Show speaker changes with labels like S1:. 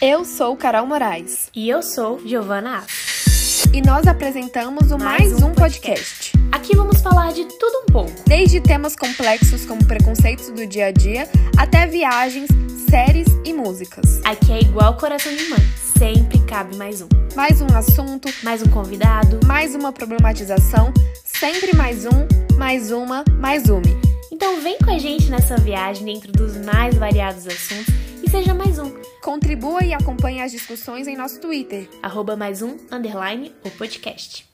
S1: Eu sou Carol Moraes
S2: E eu sou Giovana A.
S1: e nós apresentamos o Mais,
S2: Mais
S1: um,
S2: um
S1: podcast.
S2: Aqui vamos falar de tudo um pouco.
S1: Desde temas complexos como preconceitos do dia a dia até viagens, séries e músicas.
S2: Aqui é igual coração de mãe, sempre cabe mais um.
S1: Mais um assunto,
S2: Mais um convidado.
S1: mais uma problematização, sempre mais um, mais uma, mais une.
S2: Então vem com a gente nessa viagem dentro dos mais variados assuntos e seja mais um.
S1: Contribua e acompanhe as discussões em nosso Twitter.
S2: Arroba mais um, underline, o podcast.